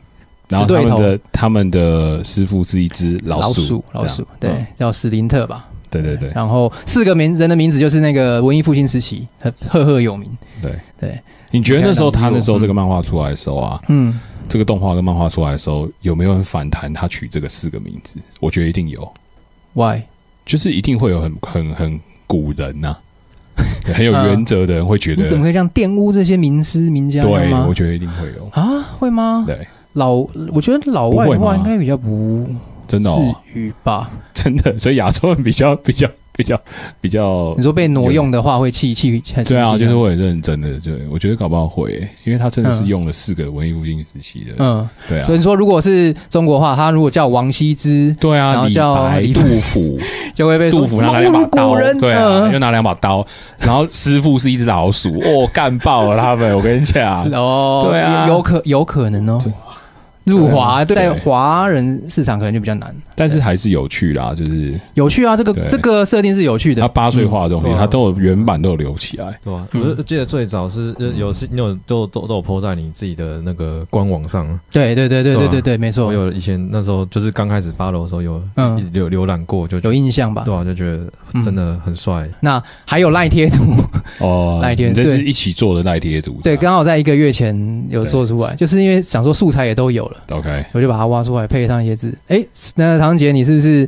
S1: 死
S2: 然后他
S1: 对
S2: 们
S1: 头
S2: 的他们的师傅是一只老
S1: 老
S2: 鼠，
S1: 老
S2: 这
S1: 鼠
S2: 样，
S1: 对，
S2: 嗯
S1: 叫史林特吧。
S2: 对对对
S1: 然后四个名人的名字就是那个文艺复兴时期很赫赫有名，
S2: 对
S1: 对。
S2: 你觉得那时候他
S1: 嗯
S2: 那时候这个漫画出来的时候啊，
S1: 嗯，
S2: 这个动画跟漫画出来的时候，有没有人反弹他取这个四个名字？我觉得一定有，
S1: why？
S2: 就是一定会有很很很古人呐、 很有
S1: 嗯
S2: 原则的人会觉得
S1: 你，怎么可以这样玷污这些名师名家
S2: 对，
S1: 吗
S2: 我？觉得一定会有，
S1: 啊，会吗？
S2: 对，
S1: 老，我觉得老外的
S2: 不会
S1: 话
S2: 吗
S1: 应该比较不
S2: 真的、哦，
S1: 至于吧？
S2: 真的，所以亚洲人比较比较比较比较
S1: 你，说被挪用的话会气气很
S2: 对啊，
S1: 生气
S2: 就是会很认真的，对，我觉得搞不好会耶、因为他真的是
S1: 嗯
S2: 用了四个文艺复兴时期的，
S1: 嗯，
S2: 对啊
S1: 所以，你说如果是中国话，他如果叫王羲之，
S2: 对
S1: 然
S2: 啊，
S1: 后
S2: 李
S1: 叫
S2: 白、
S1: 李
S2: 杜 甫，
S1: 就会被
S2: 杜
S1: 说
S2: 甫
S1: 什
S2: 拿
S1: 么
S2: 两
S1: 侮
S2: 把
S1: 辱古
S2: 刀，
S1: 人，
S2: 对啊，
S1: 嗯
S2: 又拿两把刀，然后师傅是一只老鼠，哦，干爆了他们，我跟你讲，
S1: 是哦，
S2: 对啊
S1: 有可有可能哦
S2: 对。啊
S1: 入华
S2: 对
S1: 在华人市场可能就比较难，
S2: 但是还是有趣啦，就是
S1: 有趣啊，这个
S2: 对啊
S1: 这个设定是有趣的
S2: 他。八岁画的东西，
S9: 嗯
S1: 啊
S2: 他都有原版都有留起来，
S9: 对吧、
S1: 嗯
S9: 我记得最早是呃
S2: 嗯
S9: 有是你有都都都有 PO 在你自己的那个官网上，
S1: 对对对对
S9: 对
S1: 对
S9: 啊
S1: 对对，没错
S9: 我，有以前那时候就是刚开始发 w 的时候有
S1: 嗯
S9: 一直浏浏览过，就
S1: 有印象吧
S9: 对？啊，就觉得
S1: 嗯
S9: 真的很帅。
S1: 那还有赖贴图，
S2: 哦，
S1: 赖贴
S2: 你这
S1: 对
S2: 是一起做的赖贴图，
S1: 对，
S2: 这样
S1: 刚好在一个月前有做出来，就是因为想说素材也都有了。
S2: OK，
S1: 我就把它挖出来，配上一些字。哎、那唐姐，你是不是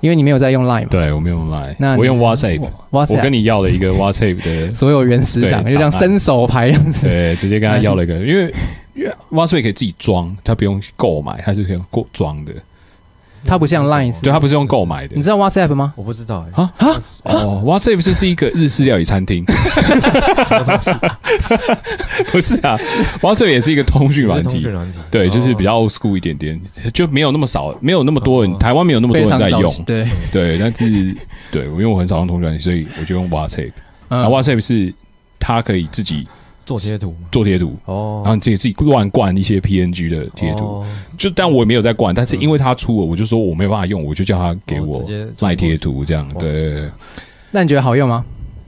S1: 因为你没有在用 Line 嘛
S2: 对我没有买
S1: 那，你
S2: 我用 WhatsApp，我跟
S1: ？WhatsApp
S2: 你要了一个 WhatsApp 的
S1: 所有原始档，就
S2: 对
S1: 这样
S2: 档案
S1: 伸手牌这样子。
S2: 对，直接跟他要了一个，因为因为 WhatsApp 可以自己装，他不用购买，他是可以用购装的。
S1: 它不像 Line，
S2: 对，他不是用购买的
S1: 你。知道 WhatsApp 吗？
S9: 我不知道哎、
S2: 啊哦，WhatsApp 就是一个日式料理餐厅。 不是啊，WhatsApp 也是一个通讯
S9: 欸，
S2: 软
S9: 是通
S2: 体
S9: 讯。软体，
S2: 对，就是比
S9: 哦
S2: 较 old school 一点点，就没有那么少，没有那么多人，
S9: 哦
S2: 台湾没有那么多
S1: 非
S2: 人
S1: 常
S2: 在
S1: 早
S2: 用。
S1: 期，对，
S2: 对，但是对，因为我很少用通讯软体，所以我就用 WhatsApp。然
S1: 嗯
S2: 后 WhatsApp 是它可以自己
S9: 做贴图嘛。
S2: 做贴图，
S9: 哦，
S2: 然后你自己自己乱灌一些 PNG 的贴图。
S9: 哦
S2: 就但我也没有在灌，
S1: 嗯
S2: 但是因为他出了，我就说我没有办法用，我就叫他给
S9: 哦
S2: 我
S9: 直接
S2: 卖贴图这样，
S9: 哇
S2: 对对对，对
S1: 那你觉得好用吗？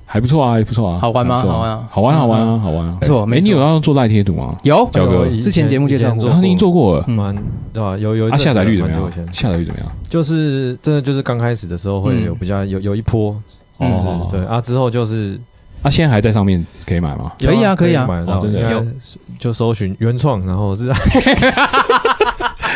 S2: 还不错啊，还不错啊，
S1: 好玩吗
S2: 还不错
S1: 好
S2: 好
S1: 玩
S2: 玩，
S1: 啊
S2: 好玩啊，好玩啊，
S1: 不错没
S2: 哎，
S1: 错
S2: 你有要做赖贴图吗？
S1: 有，
S2: 交哥
S9: 哎呦
S1: 之前节目介绍过
S9: 以前
S2: 然后你已经做过了，
S1: 嗯
S9: 蛮对吧？有有一
S2: 啊，
S9: 阵子
S2: 下载率怎么
S9: 蛮久以
S2: 样？
S9: 前
S2: 下载率怎么样？
S9: 就是真的就是刚开始的时候会有
S1: 嗯
S9: 比较有有一波，
S1: 嗯
S9: 就是
S2: 哦
S9: 对啊，之后就是
S2: 啊，现在还在上面可以买吗？
S1: 可以啊可以啊
S9: 买到
S2: 哦真的
S9: 应该
S1: 有
S9: 就搜寻原创，然后是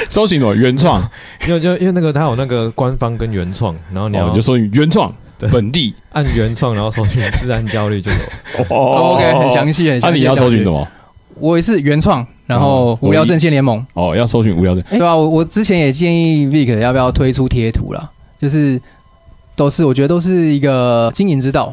S2: 搜寻我原创，
S9: 因为就因为那个它有那个官方跟原创，然后你
S2: 哦，
S9: 要
S2: 你就搜寻原创
S9: 对
S2: 本地
S9: 按原创，然后搜寻自然焦虑就有，
S2: 哦
S1: OK，很详细，很详
S2: 啊，
S1: 细。
S2: 你要搜寻什
S1: 么？
S2: 么？
S1: 我也是原创，然后
S2: 哦
S1: 无聊阵线联盟，
S2: 哦，要搜寻无聊的，
S1: 对吧、我我之前也建议 Vic 要不要推出贴图啦，就是都是我觉得都是一个经营之道，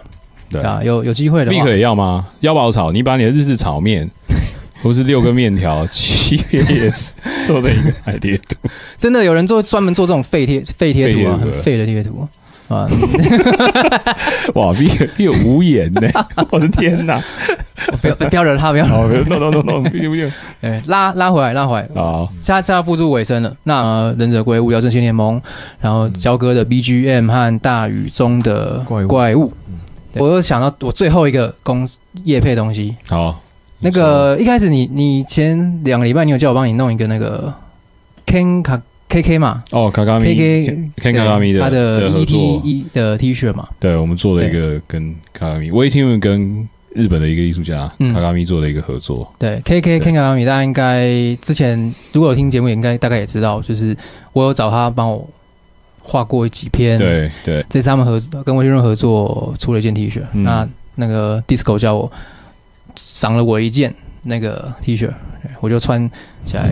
S2: 对
S1: 对啊，有有机会的话
S2: 立刻也要吗？腰包炒，你把你的日式炒面， 或是六个面条、七片叶子做成一个海贴图，
S1: 真的有人做专门做这种废贴废贴图啊，
S2: 废贴
S1: 很
S2: 图
S1: 废的贴图 啊，
S2: 哇， 立刻立刻无言呢！ 我的天哪！
S1: 不要不要惹他，不要
S2: 好，no no no no，不行不行
S1: 对，拉拉回来，拉回来。
S2: 好，
S1: 现在要步入尾声了，那、呃忍者龟、无聊正邪联盟，然
S2: 嗯
S1: 后焦哥的 BGM 和大雨中的
S9: 怪物
S1: 怪物，
S2: 嗯
S1: 对我又想到我最后一个公司业配东西。
S2: 好，
S1: 那个一开始你你前两个礼拜你有叫我帮你弄一个那个 Ken 卡 KK 嘛
S2: 哦，卡卡米
S1: ，KK
S2: 看卡卡米
S1: 对
S2: 的
S1: 他的
S2: 合作
S1: ET 一的 T E 恤嘛，
S2: 对，我们做了一个跟卡卡米，我也听闻跟日本的一个艺术家
S1: 嗯
S2: 卡卡米做了一个合作。
S1: 对 KK k a n a m i 大家应该之前如果有听节目，也应该大概也知道，就是我有找他帮我画过几篇。，
S2: 对对，
S1: 这次他们合跟魏俊润合作出了一件 T 恤，
S2: 嗯
S1: 那那个 Disco 叫我赏了我一件那个 T 恤，对我就穿起来，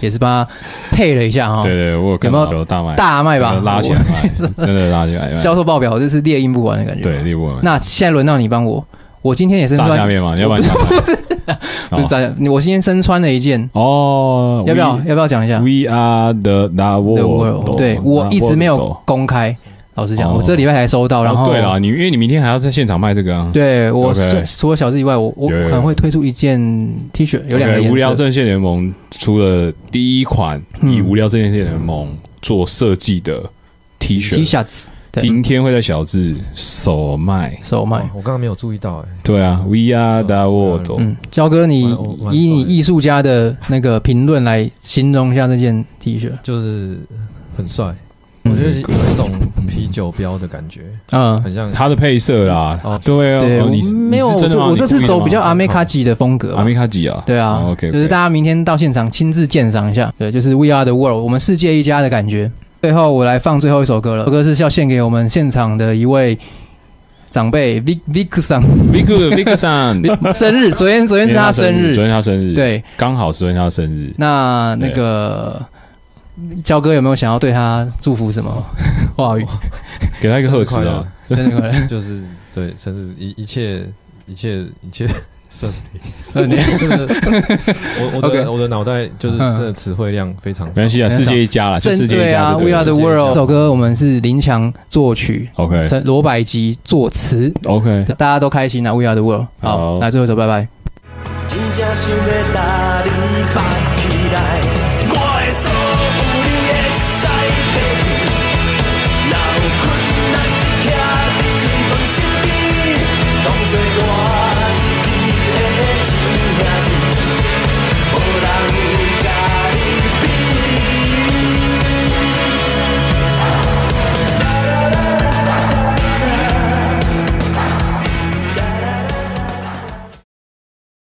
S1: 也是帮他配了一下哈、
S2: 对对，我有看
S1: 哦有
S2: 到
S1: 没
S2: 有大卖，
S1: 大卖吧，
S2: 拉起来卖，真的拉起 来
S1: 我
S2: 卖。
S1: 销售报表就是猎鹰不完的感觉。
S2: 对，，猎物
S1: 那现在轮到你帮我，我今天也身
S2: 炸下
S1: 穿，
S2: 面嘛，要不然
S1: 不是在我今天身穿了一件，
S2: 哦，
S1: 要不要要不要讲一下？
S2: We are the the
S1: The
S2: world
S1: World，。对我一直没有公开。老实讲，
S2: 哦
S1: 我这礼拜才收到，然后
S2: 哦对啦，你因为你明天还要在现场卖这个啊。
S1: 对我
S2: OK
S1: 除了小志以外，我我
S2: 有有有
S1: 可能会推出一件 T 恤，有两个
S2: OK，无聊
S1: 颜色。
S2: 阵线联盟出了第一款
S1: 嗯
S2: 以无聊阵线联盟做设计的 T
S1: T
S2: 恤，
S1: 下子，对，
S2: 明天会在小智首 卖。
S1: 手
S9: 哦
S1: 卖。
S9: 我刚刚没有注意到，哎，
S2: 对啊，We are the world。
S1: 嗯，焦哥，你
S9: 我我我
S1: 以你艺术家的那个评论来形容一下这件 T 恤。
S9: 就是很帅，我
S1: 嗯
S9: 觉得有一种啤酒标的感觉，
S1: 嗯，
S9: 很像
S2: 它的配色啦
S9: 哦，
S2: 对
S1: 对，
S2: 啊，哦
S1: 我
S2: 你
S1: 没有，
S2: 你是
S1: 我
S2: 真的
S1: 这
S2: 吗
S1: 我这次走比较阿
S9: 你
S1: 梅
S9: 注意到吗
S1: 卡吉的风格嘛。
S2: 阿米卡吉啊，
S1: 对啊、
S2: ，OK，
S1: 就是大家明天到现场亲自鉴赏一下，对，就是 We Are the World，我们世界一家的感觉。最后我来放最后一首歌了，这首歌是要献给我们现场的一位长辈 Vic Vic 桑
S2: Viku Viku 上，
S1: 生 日，昨天昨天是他生日
S2: 昨，天他生日，，
S1: 对，
S2: 刚好是昨天他生日。
S1: 那那个焦哥有没有想要对他祝福什么 话
S2: 哦
S1: 语？
S2: 给他一个贺词
S9: 生日快
S2: 啊
S9: 乐！
S1: 真的可能
S9: 就是对，甚至一一切一切一 切顺利。
S1: 真 的
S9: 真的，我我
S1: OK
S9: 的我的脑袋就是
S1: 嗯
S9: 真的词汇量非常
S2: 没
S9: 少
S2: 关。系 啊，
S1: 没
S2: 世
S1: 事
S2: 界一家啦，是世
S1: 真
S2: 界一
S1: 对
S2: 家
S1: 啊
S2: 就
S1: ，We
S2: 对
S1: Are
S2: 了。
S1: the
S9: 世界一家
S1: World 这首歌我们是林强作曲，
S2: OK
S1: 陈罗百吉作词，
S2: OK，
S1: 大家都开心啊，We Are the World。好，
S2: 好
S1: 来最后一首，拜拜。
S4: 真正想要搭你腹起来，我的所有你